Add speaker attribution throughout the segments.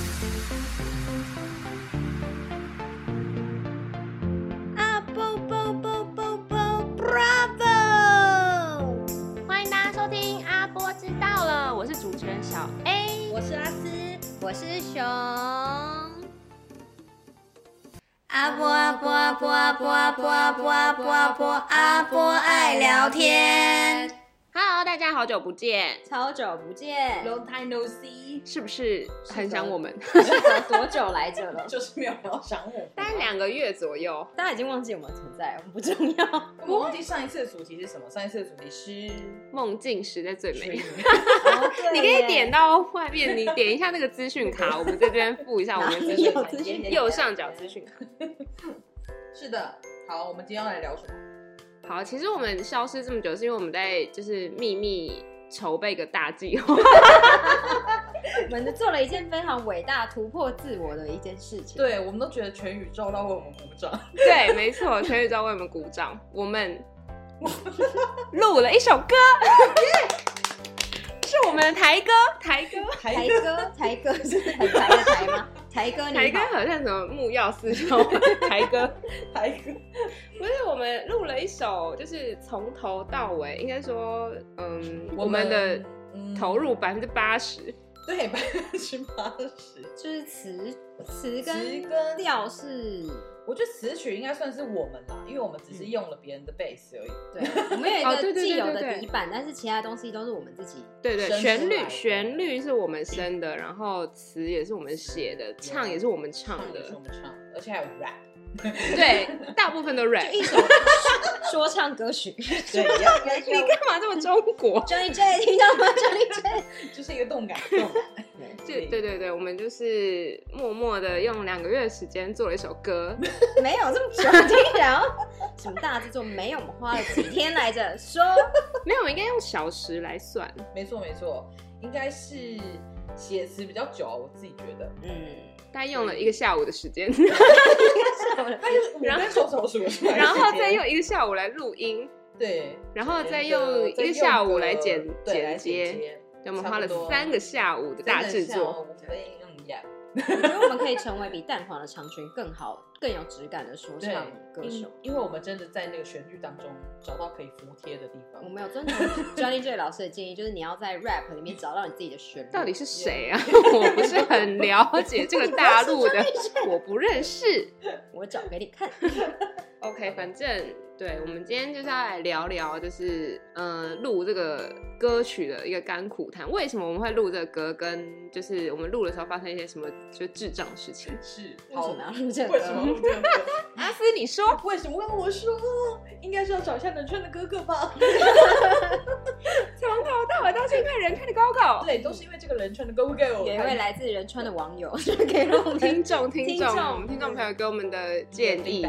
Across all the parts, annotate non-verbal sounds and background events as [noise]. Speaker 1: 啊
Speaker 2: 主持人小 A，
Speaker 1: 我是阿斯，
Speaker 2: 我是熊。
Speaker 1: 阿波阿波阿波阿波阿波阿波阿波阿波阿波爱聊天，
Speaker 2: Hello，大家好久不见，
Speaker 1: 超久不见，
Speaker 3: Long time no see，
Speaker 2: 是不是很想我们？
Speaker 1: [laughs] 隔多久来着了？
Speaker 3: 就是没有要想我们。
Speaker 2: 大概两个月左右，
Speaker 1: 大家已经忘记我们的存在，我们不重要。
Speaker 3: 我忘记上一次的主题是什么，上一次的主题是
Speaker 2: 梦境时代最美。
Speaker 1: 你
Speaker 2: 你可以点到外面，你点一下那个资讯 [laughs] 卡，我们在这边附一下我们的资讯
Speaker 1: 哪
Speaker 2: 卡
Speaker 1: 有资讯卡
Speaker 2: 右上角资讯卡。
Speaker 3: 是的，好，我们今天要来聊什么？
Speaker 2: 好，其实我们消失这么久，是因为我们在就是秘密筹备一个大计划。
Speaker 1: 我们做了一件非常伟大、突破自我的一件事情。，
Speaker 3: 对，我们都觉得全宇宙都为我们鼓掌。
Speaker 2: [laughs] 对，没错，全宇宙为我们鼓掌。我 [laughs] 们录了一首歌， [laughs] 是我们的台歌，台歌，
Speaker 3: 还
Speaker 1: 台哥，台哥是很台的台吗？台哥，
Speaker 2: 台
Speaker 1: 你
Speaker 2: 歌
Speaker 1: 好。
Speaker 2: 好像什么木曜四周， [laughs] 台歌
Speaker 3: 还哥，
Speaker 2: 不是我们录了一首，就是从头到尾，应该说，嗯，我们的
Speaker 3: 嗯
Speaker 2: 投入百分之八十，
Speaker 3: 对百分之八十。
Speaker 1: 就是词词
Speaker 3: 词
Speaker 1: 跟
Speaker 3: 跟，
Speaker 1: 调是，
Speaker 3: 我觉得词曲应该算是我们啦，因为我们只是用了别人的 bass 而已。
Speaker 1: 对，我们有一
Speaker 2: 哦
Speaker 1: 个
Speaker 2: 对对对
Speaker 1: 既有
Speaker 2: 对
Speaker 1: 的
Speaker 2: 对
Speaker 1: 底板，但是其他东西都是我们自己
Speaker 2: 对对，
Speaker 3: 生出
Speaker 2: 旋
Speaker 3: 来
Speaker 2: 律
Speaker 3: 的
Speaker 2: 旋律是我们生的，然后词也是我们写的，唱也是我们唱
Speaker 3: 唱也是
Speaker 2: 的
Speaker 3: 我，们唱，而且还有 [laughs] rap。
Speaker 2: [laughs] 对，大部分都 rap。
Speaker 1: 一首说 [laughs] 唱歌曲。
Speaker 3: 对，要要
Speaker 2: [laughs] 你干嘛这么中国？
Speaker 1: Johnny J 听到吗？Johnny J，
Speaker 3: 要就是一个动感，动 [laughs] 感。
Speaker 2: 就对对对，我们就是默默的用两个月时间做了一首 [laughs] 歌，
Speaker 1: 没有这么久，听起来哦 [laughs] 什么大制作没有，我们花了几天来着？说
Speaker 2: 没有，应该用小时来算。
Speaker 3: 没错没错，应该是写词比较久啊，我自己觉
Speaker 2: [laughs]
Speaker 3: 得。
Speaker 1: 嗯，
Speaker 2: 大概用了一个下午的时间， [laughs]
Speaker 3: 那就是五根手手数得出来的时间，
Speaker 2: 然后再用一个下午来录音，
Speaker 3: 对，
Speaker 2: 然后再
Speaker 3: 用
Speaker 2: 用一个下午来剪
Speaker 3: 对来
Speaker 2: 剪
Speaker 3: 剪
Speaker 2: 接，
Speaker 3: 接，
Speaker 2: 我们
Speaker 3: 差不
Speaker 2: 花了
Speaker 3: 多
Speaker 2: 三个下午的大制作。
Speaker 3: 真的像我们。嗯，yeah，
Speaker 1: 我觉得我们可以成为比蛋黄的长裙更好、更有质感的说
Speaker 3: 对嗯
Speaker 1: 唱歌手。
Speaker 3: 因因为我们真的在那个旋律当中找到可以服帖的地方
Speaker 1: 我。没有遵从 Johnny J 老师的建议，就是你要在 rap 里面找到你自己的旋律。
Speaker 2: 到底是谁 [laughs] 啊？我不是很了解这个大陆的， [laughs] 我不认识。
Speaker 1: 我找给你看。
Speaker 2: OK，反正对我们今天就是要来聊聊，就是呃录这个歌曲的一个甘苦谈。为什么我们会录这个歌，跟就是我们录的时候发生一些什么就智障的事情。
Speaker 3: 是，
Speaker 1: 为什么要录这
Speaker 3: 为什
Speaker 1: 个？
Speaker 3: 么会这样子？
Speaker 2: [laughs] 阿斯，你说
Speaker 3: 为什么跟我说？应该是要找一下能穿的哥哥吧？
Speaker 2: 从头到尾都是因为人看的高高。
Speaker 3: 对，都是因为这个人穿的哥哥。
Speaker 1: 有一位来自仁川的网友 [laughs] 就给了我们
Speaker 2: 听众，听
Speaker 1: 听
Speaker 2: 众，
Speaker 1: 众
Speaker 2: 我们听众朋友给我们的建议，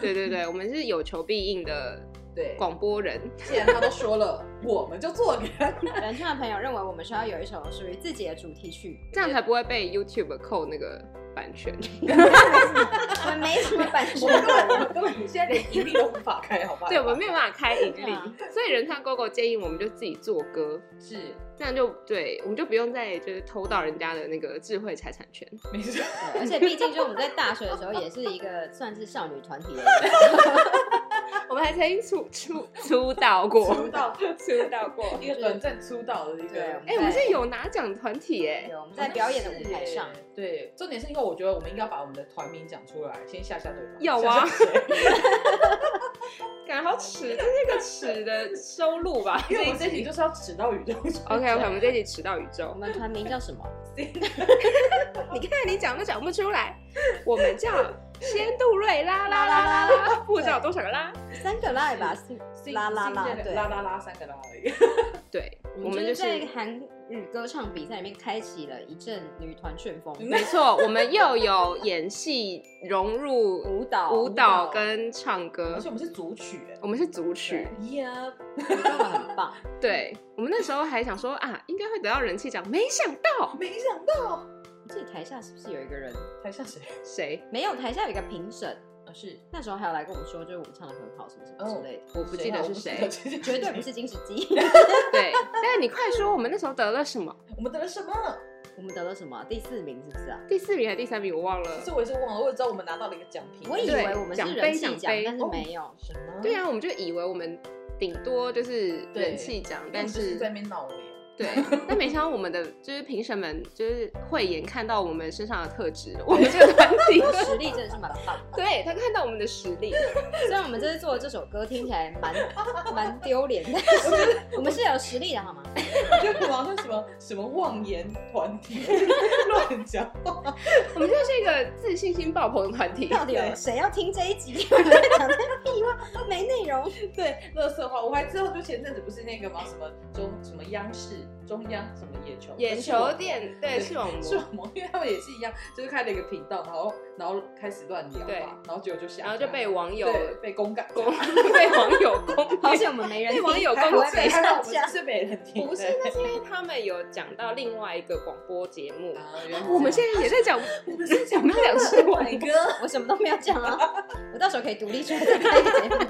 Speaker 2: 对对对，我们是有求必应的
Speaker 3: 对，
Speaker 2: 广播人，
Speaker 3: 既然他都说了，我们就做给他。
Speaker 1: 仁川的朋友认为我们需要有一首属于自己的主题曲， [laughs]
Speaker 2: 这样才不会被 YouTube 扣那个版权。
Speaker 1: 我们没什么版权
Speaker 3: 我们
Speaker 1: [laughs]
Speaker 3: 根本根本现在连盈利都无法开，好不好？
Speaker 2: 对，我们没有办法开盈利
Speaker 1: 对啊，
Speaker 2: 所以人唱 GoGo 建议我们就自己做歌，
Speaker 3: 是
Speaker 2: 这样就对，我们就不用再就是偷到人家的那个智慧财产权。
Speaker 3: 没错。
Speaker 1: 对而且毕竟，就我们在大学的时候，也是一个算是少女团体的人， [laughs]
Speaker 2: 我们还曾经出出出道过，
Speaker 3: 出道
Speaker 2: 出道过。
Speaker 3: 一个短暂出道的一个
Speaker 1: 对，
Speaker 2: 哎、我们是有拿奖团体哎、
Speaker 1: 对，我们在表演的舞台上
Speaker 3: 好像，是耶。对，重点是因为我觉得我们应该把我们的团名讲出来，先吓吓对方。
Speaker 2: 有啊
Speaker 3: 吓吓谁
Speaker 2: 感觉好耻，这是一个耻的收入吧？
Speaker 3: 因为我们这集就是要指到宇宙。
Speaker 2: OK OK，我们这集迟到宇宙
Speaker 1: 我。们团名叫什么？
Speaker 2: 你看你讲都讲不出来，我们叫仙杜瑞拉啦啦啦啦，不知道有多少个啦。
Speaker 1: 三个拉吧，是啦啦啦，
Speaker 3: 新
Speaker 1: 对，
Speaker 3: 拉拉拉三个
Speaker 2: [laughs]
Speaker 3: 拉而已。
Speaker 2: 对，我
Speaker 1: 我们
Speaker 2: 们
Speaker 1: 就
Speaker 2: 就是
Speaker 1: 在韩语歌唱比赛里面开启了一阵女团旋风，
Speaker 3: 嗯
Speaker 2: 没错，我们又有演戏融入
Speaker 1: 舞蹈，
Speaker 2: 舞
Speaker 3: 舞
Speaker 2: 蹈
Speaker 3: 蹈
Speaker 2: 跟唱歌
Speaker 3: 而且，我们是组曲，哎
Speaker 2: 我们是组曲。
Speaker 3: 耶，
Speaker 1: 我觉得我们很棒。
Speaker 2: 对，我们那时候还想说啊，应该会得到人气奖，没想到
Speaker 3: 没想到，
Speaker 1: 我记得台下是不是有一个人？
Speaker 3: 台像谁？
Speaker 2: 谁？
Speaker 1: 没有，台下有一个评审，
Speaker 3: 啊是，
Speaker 1: 那时候还有来跟我们说，就是我们唱的很好，什么什么之类的，
Speaker 2: 我不记得是谁。
Speaker 3: 谁啊
Speaker 1: 绝对不。是金石姬。
Speaker 2: 对，但你快说，我们那时候得了什么？
Speaker 3: 我们得了什么？
Speaker 1: [laughs] 我们得了什么？第四名是不是啊？
Speaker 2: 第四名还是第三名？我忘了
Speaker 3: 其。实我也是忘了，我也知道我们拿到了一个奖品。
Speaker 1: 我以
Speaker 2: 对
Speaker 1: 为我们
Speaker 2: 奖
Speaker 1: 是
Speaker 2: 杯
Speaker 1: 人
Speaker 2: 奖
Speaker 1: 气奖
Speaker 2: 杯，
Speaker 1: 但是没有。
Speaker 3: 什么？
Speaker 2: 啊对啊，我们就以为我们顶多就是人气奖，但
Speaker 3: 但是
Speaker 2: 是
Speaker 3: 在那边闹我呀。
Speaker 2: 对， [laughs] 但没想到我们的就是评审们就是慧眼看到我们身上的特 [laughs] 质，我们这个团体，
Speaker 1: 实力真的是蛮棒的。
Speaker 2: 对他看到我们的实力，
Speaker 1: 虽然我们这次做的这首歌听起来蛮蛮丢脸， [laughs] 但是我们是有实力的，好吗？
Speaker 3: 我觉得我们好像什么什么妄言团体， [laughs] 乱讲 [laughs] 话。
Speaker 2: 我们就是一个自信心爆棚的团 [laughs] 体。
Speaker 1: 到底有谁要听这一集？ [laughs] 我在讲那屁话，没内容。
Speaker 3: 对，乐色话。我还知道，就前阵子不是那个吗？什么中什么央视中央什么野球
Speaker 2: 眼球店对视网
Speaker 3: 视
Speaker 2: 膜，
Speaker 3: 网膜，因为他们也是一样，就是开了一个频道，然后然后开始乱聊
Speaker 2: 对
Speaker 3: 嘛，然后结果就下架，
Speaker 2: 然后就被网友
Speaker 3: 对被公干
Speaker 2: 攻，被网友攻
Speaker 1: 好
Speaker 2: 击。
Speaker 1: 像我们没人
Speaker 2: [laughs] 被
Speaker 1: 听，
Speaker 2: 网友
Speaker 3: [laughs] 还
Speaker 2: 攻
Speaker 3: 好
Speaker 2: 击
Speaker 3: 被看到我
Speaker 1: 下
Speaker 3: 们
Speaker 1: 架
Speaker 3: 是被人听，
Speaker 2: 不是，那是因为他们有讲到另外一个广播节目。
Speaker 3: 啊原来是
Speaker 2: 我们现在也在讲，我们是讲到两
Speaker 3: [laughs]
Speaker 2: 次网
Speaker 1: 哥，我什么都没有讲啊，我到时候可以独立出来再开一个 [laughs] 节目。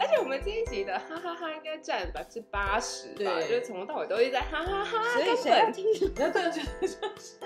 Speaker 2: 而且我们这一集的哈哈哈应该占百分之八十吧，
Speaker 3: 对
Speaker 2: 就是从头到尾都一直在哈哈哈，
Speaker 1: 所以
Speaker 2: 根
Speaker 1: 谁要 [laughs]
Speaker 2: 本
Speaker 1: 听？
Speaker 3: 这样，那真的就是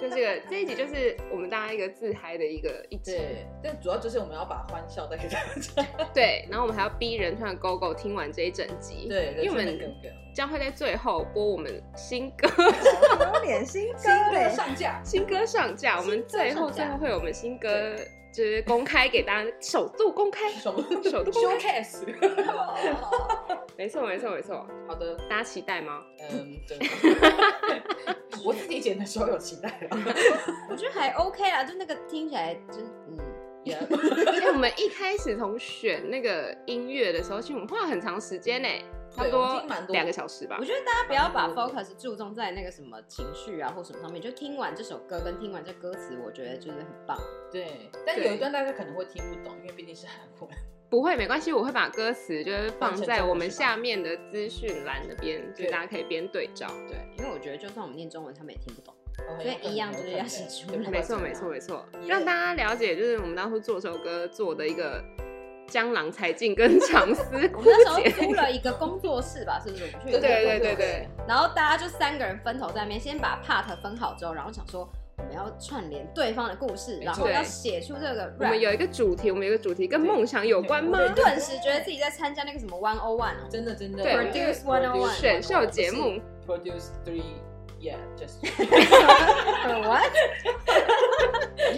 Speaker 2: 就这个这一集就是我们大家一个自嗨的一个一集，
Speaker 3: 对，但主要就是我们要把欢笑带给大家，
Speaker 2: 对，然后我们还要逼人串狗狗听完这一整集，
Speaker 3: 对，
Speaker 2: 因为我
Speaker 3: 人生的
Speaker 2: 们
Speaker 3: 梗梗
Speaker 2: 将会在最后播我们新歌，
Speaker 1: 有点心哎
Speaker 3: 新歌上架，
Speaker 2: 新歌上架，我们最
Speaker 1: 新
Speaker 2: 后
Speaker 1: 歌上架
Speaker 2: 最后会有我们新歌就是公开给大家，首度公开，
Speaker 3: 什 [laughs] 么
Speaker 2: 首度公开，
Speaker 3: showcase，
Speaker 2: 没错没错没错，
Speaker 3: 好的，
Speaker 2: 大家期待吗？ [laughs]
Speaker 3: 嗯，对， [laughs] 我自己剪的时候有期待啊，
Speaker 1: 我觉得还 OK 啦，就那个听起来就是嗯，
Speaker 3: 也
Speaker 2: 因为我们一开始从选那个音乐的时候，其实我们花了很长时间呢、差不
Speaker 3: 对我们听蛮多
Speaker 2: 两个小时吧
Speaker 1: 我。觉得大家不要把 focus 注重在那个什么情绪啊或什么上面，就听完这首歌跟听完这歌词，我觉得就是很棒。
Speaker 3: 对，但有一段大家可能会听不懂，因为毕竟是韩文。
Speaker 2: 不会，没关系，我会把歌词就是放在我们下面的资讯栏那边，就
Speaker 3: 对
Speaker 2: 是大家可以边对照。
Speaker 1: 对，因为我觉得就算我们念中文，他们也听不懂。
Speaker 3: 哦
Speaker 1: 所以一样就是要写出来
Speaker 2: 没错，没错，。没错，
Speaker 3: Yeah
Speaker 2: 让大家了解，就是我们当初做这首歌做的一个江郎才尽跟 [laughs] 长思
Speaker 1: 我
Speaker 2: 枯
Speaker 1: 们那时候
Speaker 2: 竭。
Speaker 1: 租了一个工作室吧，是不是？我们去
Speaker 2: 对对
Speaker 3: 对
Speaker 2: 对
Speaker 1: 工作
Speaker 2: 对
Speaker 1: 室
Speaker 2: 对，
Speaker 1: 然后大家就三个人分头在那边，先把 part 分好之后，然后想说我们要串联对方的故事，
Speaker 3: 没错
Speaker 1: 然后要写出这个 rap。
Speaker 2: 我们有一个主题，我们有一个主题跟梦想有关吗？
Speaker 1: 我顿时觉得自己在参加那个什么 One O One [laughs] 哦，
Speaker 3: 真的真的
Speaker 2: 对
Speaker 1: Produce 101
Speaker 2: 选秀节目，
Speaker 3: ，Produce Three。Yeah，just [laughs]
Speaker 1: 呃 what？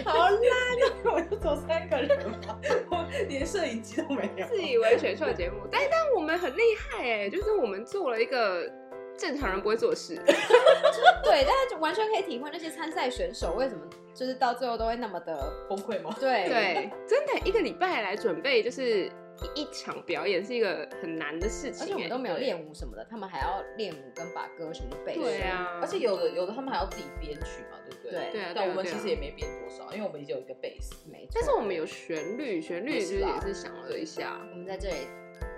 Speaker 3: 好烂呀！ [laughs] 我就走三个人嘛， [laughs] 我连摄影机都没有。
Speaker 2: 自以为选秀节目，但但我们很厉害哎、就是我们做了一个正常人不会做的事。
Speaker 1: 对，但是就完全可以体会那些参赛选手为什么就是到最后都会那么的
Speaker 3: 崩溃吗？
Speaker 1: 对。
Speaker 2: 对，真的一个礼拜来准备就是一一场表演是一个很难的事情、欸
Speaker 1: 而且我们都没有练舞什么的，他们还要练舞跟把歌全部背
Speaker 2: 哎。
Speaker 1: 熟。
Speaker 2: 对啊，
Speaker 3: 而且有的有的他们还要自己编曲嘛，对不
Speaker 1: 对
Speaker 3: 对？
Speaker 2: 对啊对啊
Speaker 3: 但我们
Speaker 2: 对啊
Speaker 3: 其实也没编多少，因为我们已经有一个 base。
Speaker 1: 没错。
Speaker 2: 但是我们有旋律，旋律就是
Speaker 1: 是啊
Speaker 2: 也是想了一下，
Speaker 1: 我们在这里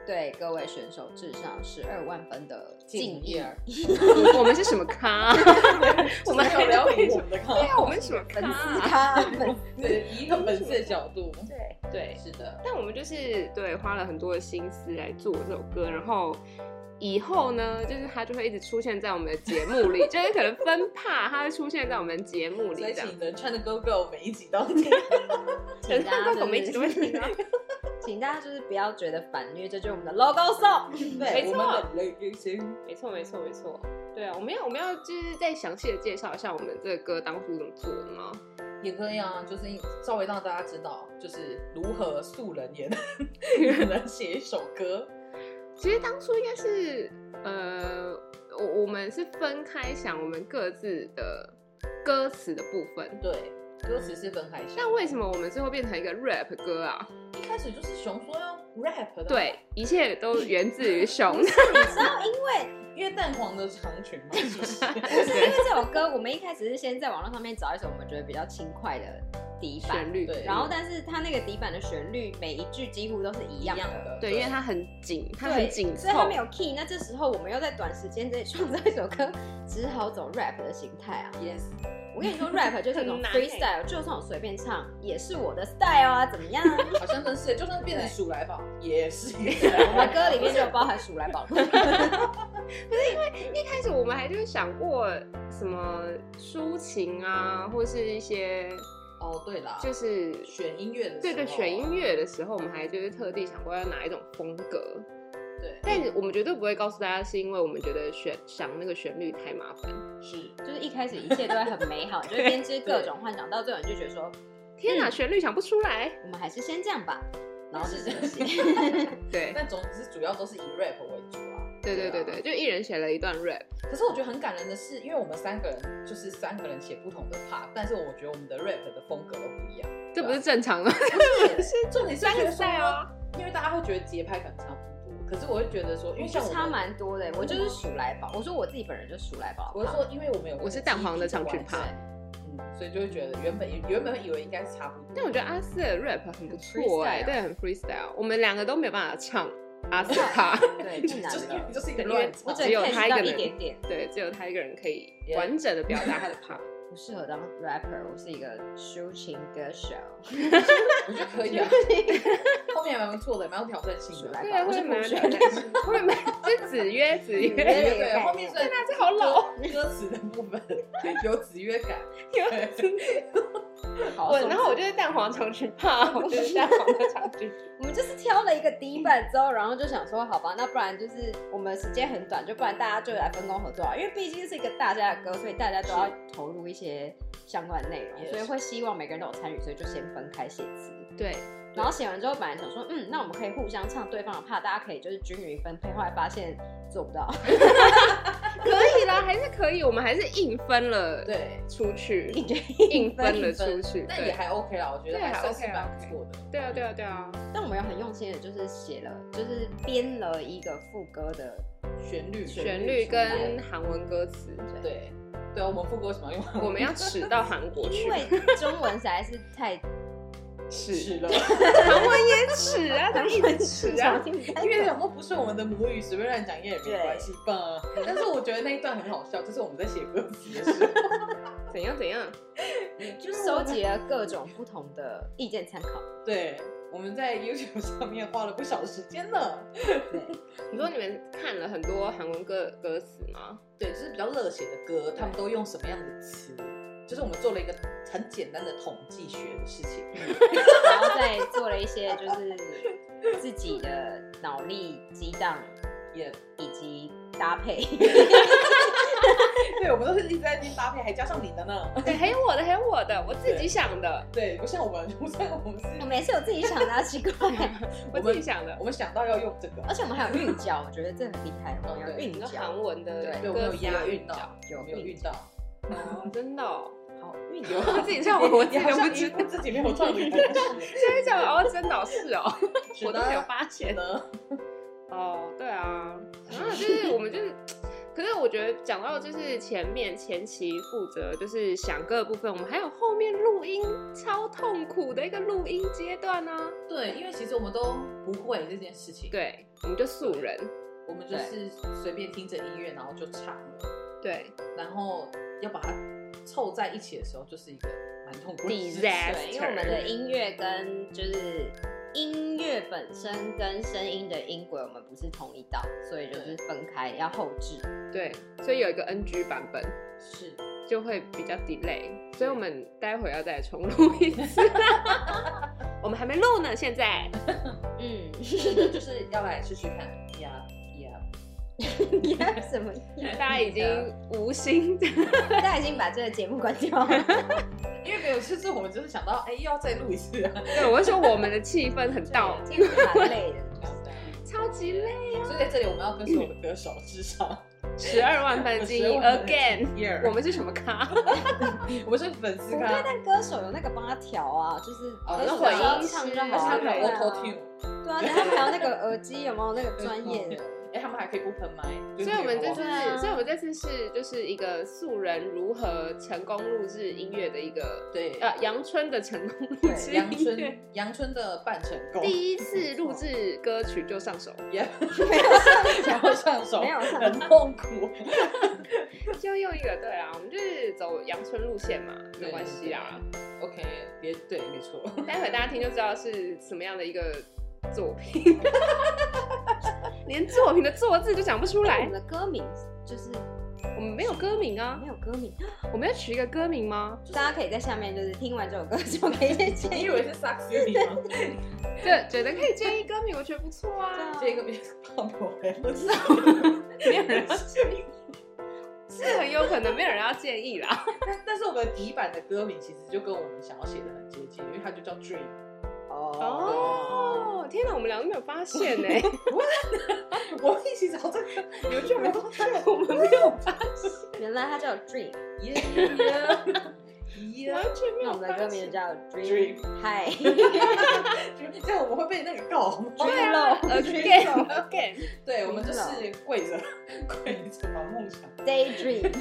Speaker 1: 对各位选手致上十二万分的敬意。
Speaker 2: 我们是什么咖？我们
Speaker 3: 还
Speaker 2: 还聊
Speaker 3: 聊我
Speaker 2: 我
Speaker 3: 们的
Speaker 2: 对
Speaker 3: 看，
Speaker 2: 啊，我们是什么
Speaker 1: 粉丝
Speaker 2: 咖？
Speaker 1: [laughs] 咖，粉
Speaker 3: 对，以一个粉丝的角度，
Speaker 1: 对，
Speaker 2: 对，
Speaker 3: 是的，
Speaker 2: 但我们就是对花了很多的心思来做这首歌，然后以后呢，就是它就会一直出现在我们的节目
Speaker 3: [laughs]
Speaker 2: 里，就是可能分帕它会出现在我们节目里
Speaker 3: 所以
Speaker 2: 这样。
Speaker 3: 请能穿的哥哥，我们一起
Speaker 2: [laughs]
Speaker 3: 到底。
Speaker 1: 请大家、就是、
Speaker 2: 我们一直都会听啊。
Speaker 1: [laughs] 请大家就是不要觉得烦，因为这就是我们的 logo song。
Speaker 2: 没
Speaker 3: 对，我
Speaker 2: 错
Speaker 3: 们的 legacy。
Speaker 2: 没错，没错，没错。对啊，我们要我们要就是再详细的介绍一下我们这个歌当初怎么做的吗？
Speaker 3: 也可以啊，就是稍微让大家知道，就是如何素人也能也能写一首歌。
Speaker 2: 其实当初应该是呃，我我们是分开想我们各自的歌词的部分。
Speaker 3: 对，歌词是分开写。
Speaker 2: 但为什么我们最后变成一个 rap 歌啊？
Speaker 3: 一开始就是熊说要 rap 的，，啊
Speaker 2: 对，一切都源自于熊。 [laughs]
Speaker 3: 因为蛋黄的长裙嘛，是
Speaker 2: [laughs]
Speaker 3: 不是？
Speaker 1: 不是因为这首歌，我们一开始是先在网络上面找一首我们觉得比较轻快的底板
Speaker 2: 旋，律
Speaker 3: 对
Speaker 1: 然后但是它那个底板的旋律每一句几乎都是一样
Speaker 3: 一
Speaker 1: 的。
Speaker 3: 样的，
Speaker 2: 对，因为它很紧，它
Speaker 1: 对
Speaker 2: 很紧
Speaker 1: 所以它
Speaker 2: 凑
Speaker 1: 没。有 key。那这时候我们又在短时间之内创造一首歌，只好走 rap 的形态啊。
Speaker 3: yes，
Speaker 1: 我跟你说，rap 就是
Speaker 3: [laughs]
Speaker 1: 那种
Speaker 2: 很难欸
Speaker 1: freestyle，就算我随便唱，也是我的 style 啊，怎么样？ [laughs] 我
Speaker 3: 好像真是，就算变成鼠来宝也是一
Speaker 1: 们
Speaker 3: 样。
Speaker 1: 歌里面就有包含鼠来宝， [laughs]
Speaker 2: 一开始我们还就是想过什么抒情啊，或是一些
Speaker 3: [laughs] 哦，对啦，
Speaker 2: 就是
Speaker 3: 选音乐的时候，啊
Speaker 2: 对对选音乐的时候，我们还就是特地想过要哪一种风格。
Speaker 3: 对，
Speaker 2: 但我们绝对不会告诉大家，是因为我们觉得选想那个旋律太麻烦。
Speaker 1: 是，就是一开始一切都会很美好，你就会编织各种幻想，到最后你就觉得说，
Speaker 2: 天哪，旋律想不出来。
Speaker 1: 我们还是先这样吧，然后就这样写。 [laughs]
Speaker 2: 对，
Speaker 3: 但总之主要都是以 rap 为主啊。
Speaker 2: 对对对
Speaker 3: 啊
Speaker 2: 对，就一人写了一段 rap。
Speaker 3: 可是我觉得很感人的是，因为我们三个人就是三个人写不同的 part，但是我觉得我们的 rap 的风格都不一样。
Speaker 2: 这不是正常吗？
Speaker 3: 不是重点是觉得
Speaker 2: 三
Speaker 3: 说
Speaker 2: 个 style 啊，
Speaker 3: 因为大家会觉得节拍可能差不多，可是我会觉得说，
Speaker 1: 我
Speaker 3: 因为
Speaker 1: 就
Speaker 3: 像我
Speaker 1: 差
Speaker 3: 们
Speaker 1: 蛮多的，欸我就是鼠来宝。我说我自己本人就是鼠来宝，
Speaker 3: 我是说，因为我们
Speaker 2: [laughs]
Speaker 3: 有
Speaker 2: 我是蛋黄的长裙
Speaker 3: 帕，
Speaker 2: 派
Speaker 3: 嗯，所以就会觉得原本原本以为应该是差不多，
Speaker 2: 但我觉得阿四的 rap 很不错哎、
Speaker 1: freestyle
Speaker 2: 对，很 freestyle。我们两个都没有办法唱阿四他，
Speaker 3: [laughs]
Speaker 1: 对，
Speaker 3: 就
Speaker 1: 最难
Speaker 3: 就是因为
Speaker 1: 的。
Speaker 3: 就是一个
Speaker 2: 对
Speaker 3: 乱
Speaker 2: 因为
Speaker 1: 我
Speaker 3: 唱，
Speaker 1: 只
Speaker 2: 只有
Speaker 1: 看
Speaker 2: 他一
Speaker 1: 到
Speaker 2: 个
Speaker 1: 一
Speaker 2: 人
Speaker 1: 点点，
Speaker 2: [laughs] 对，只有他一个人可以
Speaker 3: Yeah
Speaker 2: 完整的表达他的 [laughs] part。
Speaker 1: 不适合当 rapper，我是一个抒情歌 [laughs] 手。
Speaker 3: 我觉得可以啊，后面还蛮不错的，蛮有挑战性的。
Speaker 1: 对
Speaker 2: 对啊，
Speaker 3: 我
Speaker 2: 会
Speaker 3: 是
Speaker 2: 蛮
Speaker 3: 不
Speaker 2: 有挑
Speaker 3: 选
Speaker 2: 战性，会蛮就子曰子
Speaker 3: 对
Speaker 2: 曰，
Speaker 3: 对对，后面是
Speaker 2: 天哪，这好老，
Speaker 3: 歌词的部分有子曰感，
Speaker 2: 有
Speaker 1: 好
Speaker 2: 我，
Speaker 1: 送
Speaker 2: 然后我就是蛋黄长裙怕， [laughs] 我就是蛋黄的长裙。
Speaker 1: 我们就是挑了一个底板之后，然后就想说，好吧，那不然就是我们时间很短，就不然大家就来分工合作啊，因为毕竟是一个大家的歌，所以大家都要投入一些相关内容，
Speaker 3: 也是
Speaker 1: 所以会希望每个人都有参与，所以就先分开写词。
Speaker 2: 对，
Speaker 1: 然后写完之后，本来想说，嗯，那我们可以互相唱对方的怕，大家可以就是均匀分配。后来发现做不到， [laughs]
Speaker 2: 可以啦，还是可以，我们还是硬分了
Speaker 3: 对，
Speaker 2: 出去，
Speaker 1: 硬就
Speaker 2: 硬分了出去，
Speaker 3: 但也
Speaker 2: 对，
Speaker 3: 还 OK 啦，我觉得
Speaker 2: 对还
Speaker 3: 算是
Speaker 2: OK 啊
Speaker 3: 蛮不错的。
Speaker 2: 对啊，对啊，对啊，
Speaker 1: 但我们有很用心的，就是写了，就是编了一个副歌的
Speaker 3: 旋律
Speaker 2: 旋律
Speaker 1: 出来
Speaker 2: 跟韩文歌词，
Speaker 3: 对对，我们副歌什么用？
Speaker 2: 我 [laughs] 们要迟到韩国去
Speaker 1: 因，为中文实在是
Speaker 2: [laughs]
Speaker 1: 太
Speaker 2: 迟
Speaker 3: 是了，
Speaker 2: 韩文也迟 [laughs] 啊，怎么一直迟啊？
Speaker 1: 听不太
Speaker 3: 因为
Speaker 1: 懂
Speaker 3: 想说不是我们的母语，随便乱讲也没关系吧。但是我觉得那一段很好笑，就是我们在写歌词的时候，
Speaker 2: 怎样怎样？
Speaker 1: 就收集了各种不同的意见参考。
Speaker 3: 对，我们在 YouTube 上面花了不少时间呢。
Speaker 2: 你说你们看了很多韩文歌歌词吗？
Speaker 3: 对，就是比较热血的歌，他们都用什么样的词？就是我们做了一个很简单的统计学的事情，
Speaker 1: 然后再做了一些就是自己的脑力激荡
Speaker 3: 也
Speaker 1: 以及搭配，
Speaker 3: [laughs]
Speaker 2: [laughs]
Speaker 3: 对，我们都是一直在拼搭配，还加上你的呢。 [laughs]
Speaker 2: 对，还有我的，还有我的，我自己想的，
Speaker 3: 对，不像我们，不像我们是，
Speaker 1: 我每次我自己想的啊奇怪，
Speaker 2: [laughs] 我
Speaker 3: 我
Speaker 2: 自
Speaker 3: 们
Speaker 2: 己想的
Speaker 3: 我。们想到要用这个，
Speaker 1: 而且我们还有韵脚，我觉得这很厉害，我们有
Speaker 2: 你
Speaker 1: 韵
Speaker 2: 说
Speaker 1: 脚
Speaker 2: 韩，文的
Speaker 3: 对，我们
Speaker 2: 歌
Speaker 3: 有
Speaker 2: 词
Speaker 3: 押韵
Speaker 2: 的，
Speaker 3: 到，
Speaker 1: 有
Speaker 3: 没有
Speaker 1: 韵
Speaker 3: 韵到？
Speaker 2: 哦真的哦，
Speaker 1: 好韵
Speaker 3: 有
Speaker 1: 脚。
Speaker 2: 我
Speaker 3: [laughs]
Speaker 2: 自己唱我我自
Speaker 3: 你
Speaker 2: 己
Speaker 3: 好
Speaker 2: 都不
Speaker 3: 像
Speaker 2: 知
Speaker 3: 一
Speaker 2: 道
Speaker 3: 副，自己没有创意的感 [laughs] 觉，
Speaker 2: 真的假的？哦，真的哦是哦，我都没有发现。
Speaker 3: 呢。
Speaker 2: 哦，对啊，然后就是我们就是，可是我觉得讲到就是前面前期负责就是想歌的部分，我们还有后面录音超痛苦的一个录音阶段呢、啊。
Speaker 3: 对，因为其实我们都不会这件事情，，
Speaker 2: 对，我们就素人，
Speaker 3: 我们就是随便听着音乐，然后就唱了，
Speaker 2: 对
Speaker 3: 然后要把它凑在一起的时候，就是一个蛮痛苦的事情。
Speaker 2: ，disaster，
Speaker 1: 对，因为我们的音乐跟就是音乐本身跟声音的音轨，我们不是同一道，所以就是分开要后置。
Speaker 2: 对，所以有一个 NG 版本
Speaker 3: 是，
Speaker 2: 就会比较 delay，所以我们待会要再重录一次。 [laughs] 我们还没录呢，现 [laughs] 在
Speaker 1: 嗯，
Speaker 3: 就是要来试试看，呀呀，
Speaker 1: 你要什么？
Speaker 2: 大家已经无心， [laughs]
Speaker 1: 大家已经把这个节目关掉了。
Speaker 3: 因为没有，就是我们就是想到，哎，又要再录一次啊，
Speaker 2: 对我会说我们的气氛很到，
Speaker 1: 今天是蛮累的，就是
Speaker 2: 超级累。
Speaker 3: 所以在这里我们要跟所有的歌手致上
Speaker 2: [laughs] 十二万分之一 again， [laughs]
Speaker 3: again
Speaker 2: 我
Speaker 3: 我们
Speaker 2: 们是什么 [laughs] 咖？
Speaker 3: 我们是粉丝
Speaker 1: 我对
Speaker 3: 咖，
Speaker 1: 但歌手有那个帮他调啊，就是
Speaker 3: 哦
Speaker 1: 歌
Speaker 3: 那
Speaker 1: 手
Speaker 3: 混
Speaker 1: 要
Speaker 2: 音
Speaker 1: 唱
Speaker 2: 师
Speaker 1: 就
Speaker 2: 那
Speaker 1: 好
Speaker 3: 他
Speaker 1: 了。
Speaker 3: 们
Speaker 2: 还
Speaker 3: 有
Speaker 2: 有
Speaker 3: auto tune，
Speaker 1: 对啊，然后还有那个耳机有没有那个专业的？
Speaker 3: [laughs] 哎，他们还可以不喷麦，
Speaker 2: 所以我们这
Speaker 3: 就
Speaker 2: 次
Speaker 3: 是
Speaker 1: 对啊
Speaker 2: 是，所以我们这次是就是一个素人如何成功录制音乐的一个，
Speaker 3: 对
Speaker 2: 呃，阳春的成功录制
Speaker 3: 阳
Speaker 2: 音乐
Speaker 3: 春，阳春的半成功，
Speaker 2: 第一次录制歌曲就上手，
Speaker 3: 也
Speaker 1: 没有上
Speaker 3: 然后上
Speaker 1: [laughs]
Speaker 3: 手，
Speaker 1: 没有上
Speaker 3: 很痛苦，
Speaker 2: 就用一个对啊，我们就是走阳春路线嘛，没关系啊，
Speaker 3: OK，别对，没错， [laughs]
Speaker 2: 待会大家听就知道是什么样的一个作 [laughs] 品，连作品的“作”字就讲不出
Speaker 1: 我
Speaker 2: 来
Speaker 1: 们。的歌名就是
Speaker 2: 我们们没有歌名啊
Speaker 1: 没，有歌名，
Speaker 2: 我们要取一个歌名吗？
Speaker 1: 大家可以在下面就是听完这首歌就可以先建
Speaker 3: 你
Speaker 1: 议
Speaker 3: 以为是 Sucks Beauty
Speaker 1: [laughs]
Speaker 3: 吗？
Speaker 2: 对，觉得可以建议歌名，我觉得不错啊。
Speaker 3: 这个名字 [laughs] 胖婆还不知道，
Speaker 2: 没有人要建议，是很有可能没有人要建议啦。
Speaker 3: 但但是我们底版的歌名其实就跟我们想要写的很接近，因为它就叫 Dream。
Speaker 1: 哦。
Speaker 2: [laughs] 哦，天哪，我们两个没有发现呢、 [laughs]
Speaker 3: 我们一起找这个，你们居然没有看到我们
Speaker 1: [laughs] 原来它叫 Dream，
Speaker 3: 耶耶耶
Speaker 2: 完全
Speaker 1: 那
Speaker 2: 没有
Speaker 1: 我们的歌
Speaker 2: 发
Speaker 1: 名就
Speaker 2: 现。
Speaker 1: 叫 Dream。嗨，
Speaker 3: 这样我们会被那个告好吗？
Speaker 2: [laughs] 对啊
Speaker 3: Dream
Speaker 2: ，again
Speaker 3: Low
Speaker 2: again，
Speaker 3: 对，我们就是跪着跪着把梦想。
Speaker 1: [laughs] Daydream，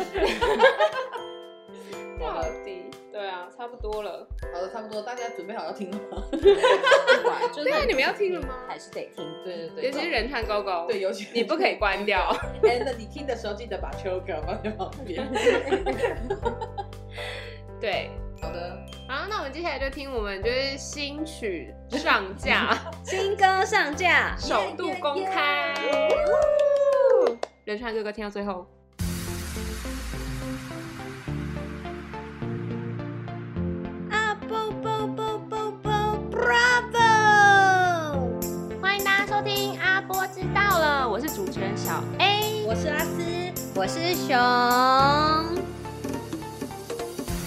Speaker 2: 到底对啊，差不多了。
Speaker 3: 好的，差不多，大家准备好要听了吗？
Speaker 1: 不管就是
Speaker 2: 对啊，你们要听了吗？
Speaker 1: 还是得听。
Speaker 3: 对对对，
Speaker 2: 尤其是人探狗狗，
Speaker 3: 对，尤其
Speaker 2: 你不可以关掉。
Speaker 3: 哎，那你听的时候记得把秋歌放在旁边。
Speaker 2: 对，
Speaker 3: 好的，
Speaker 2: 好，那我们接下来就听我们就是新曲上 [laughs] 架，
Speaker 1: 新歌上架，
Speaker 2: 首度公开。人川哥哥听到最后，
Speaker 4: 啊不不不不不，Bravo！
Speaker 2: 欢迎大家收听阿波知道了，我是主持人小 A。
Speaker 1: 我是阿斯，
Speaker 4: 我是熊，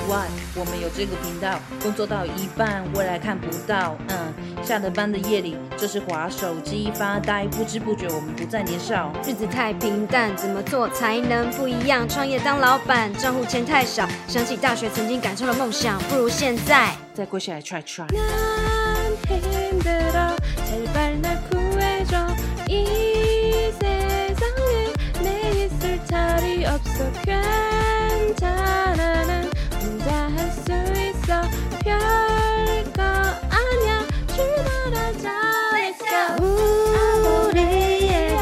Speaker 5: 哇，我们有这个频道，工作到一半，未来看不到。嗯，下了班的夜里，就是划手机发呆，不知不觉我们不再年少。
Speaker 4: 日子太平淡，怎么做才能不一样？创业当老板，账户钱太少，想起大学曾经感受的梦想，不如现在。
Speaker 5: 再跪下来 try try。
Speaker 4: 난 힘들어 제발 날 구해줘 이 세상에 내 있을 자리 없어 괜찮아 난 혼자 할 수 있어 별거 아니야 출발하자 Let's go 우리의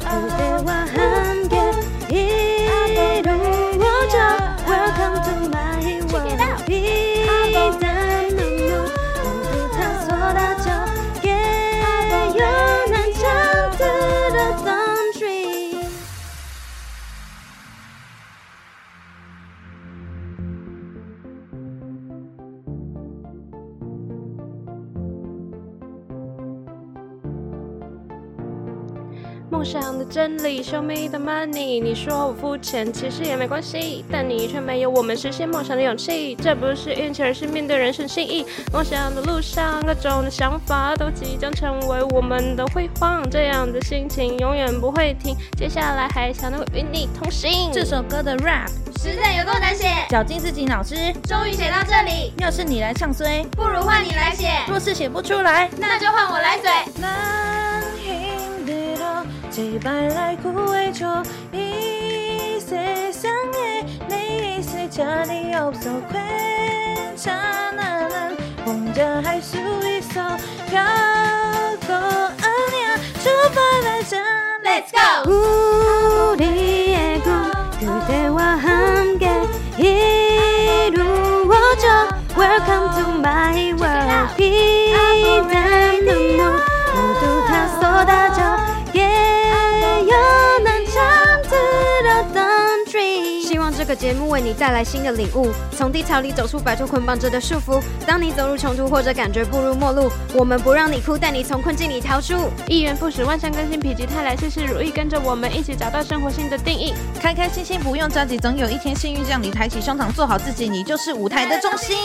Speaker 4: 그대와 함께 이루어져 Welcome to my world 비단 눈물 모두 다 사라져 깨어난 참 들었던 dream
Speaker 5: 띵. 这首歌的 rap
Speaker 4: 实在有够难写，
Speaker 5: 绞尽自己脑汁，
Speaker 4: 终于写到这里，
Speaker 5: 要是你来唱衰，
Speaker 4: 不如换你来写，
Speaker 5: 若是写不出来，
Speaker 4: 那就换我来嘴。
Speaker 5: 난 힘들어 제발 날 구해줘 이 세상에 내 있을 자리 없어 괜찮아 난 혼자 할 수 있어 별거 아니야 출발하자
Speaker 4: Let's go! 우리의 꿈 그대와 함께 이루어져 Welcome to my world 비단 눈물 모두 다 쏟아져 예연한 잠들었던 dream 希望这个节目为你带来新的领悟，从低潮里走出，摆脱捆绑着的束缚。当你走入穷途或者感觉步入末路，我们不让你哭，带你从困境里逃出。
Speaker 6: 一元不使，万象更新，否极泰来，事事如意。跟着我们一起找到生活新的定义。
Speaker 5: 开开心心不用着急，总有一天幸运让你抬起胸膛做好自己，你就是舞台的中心。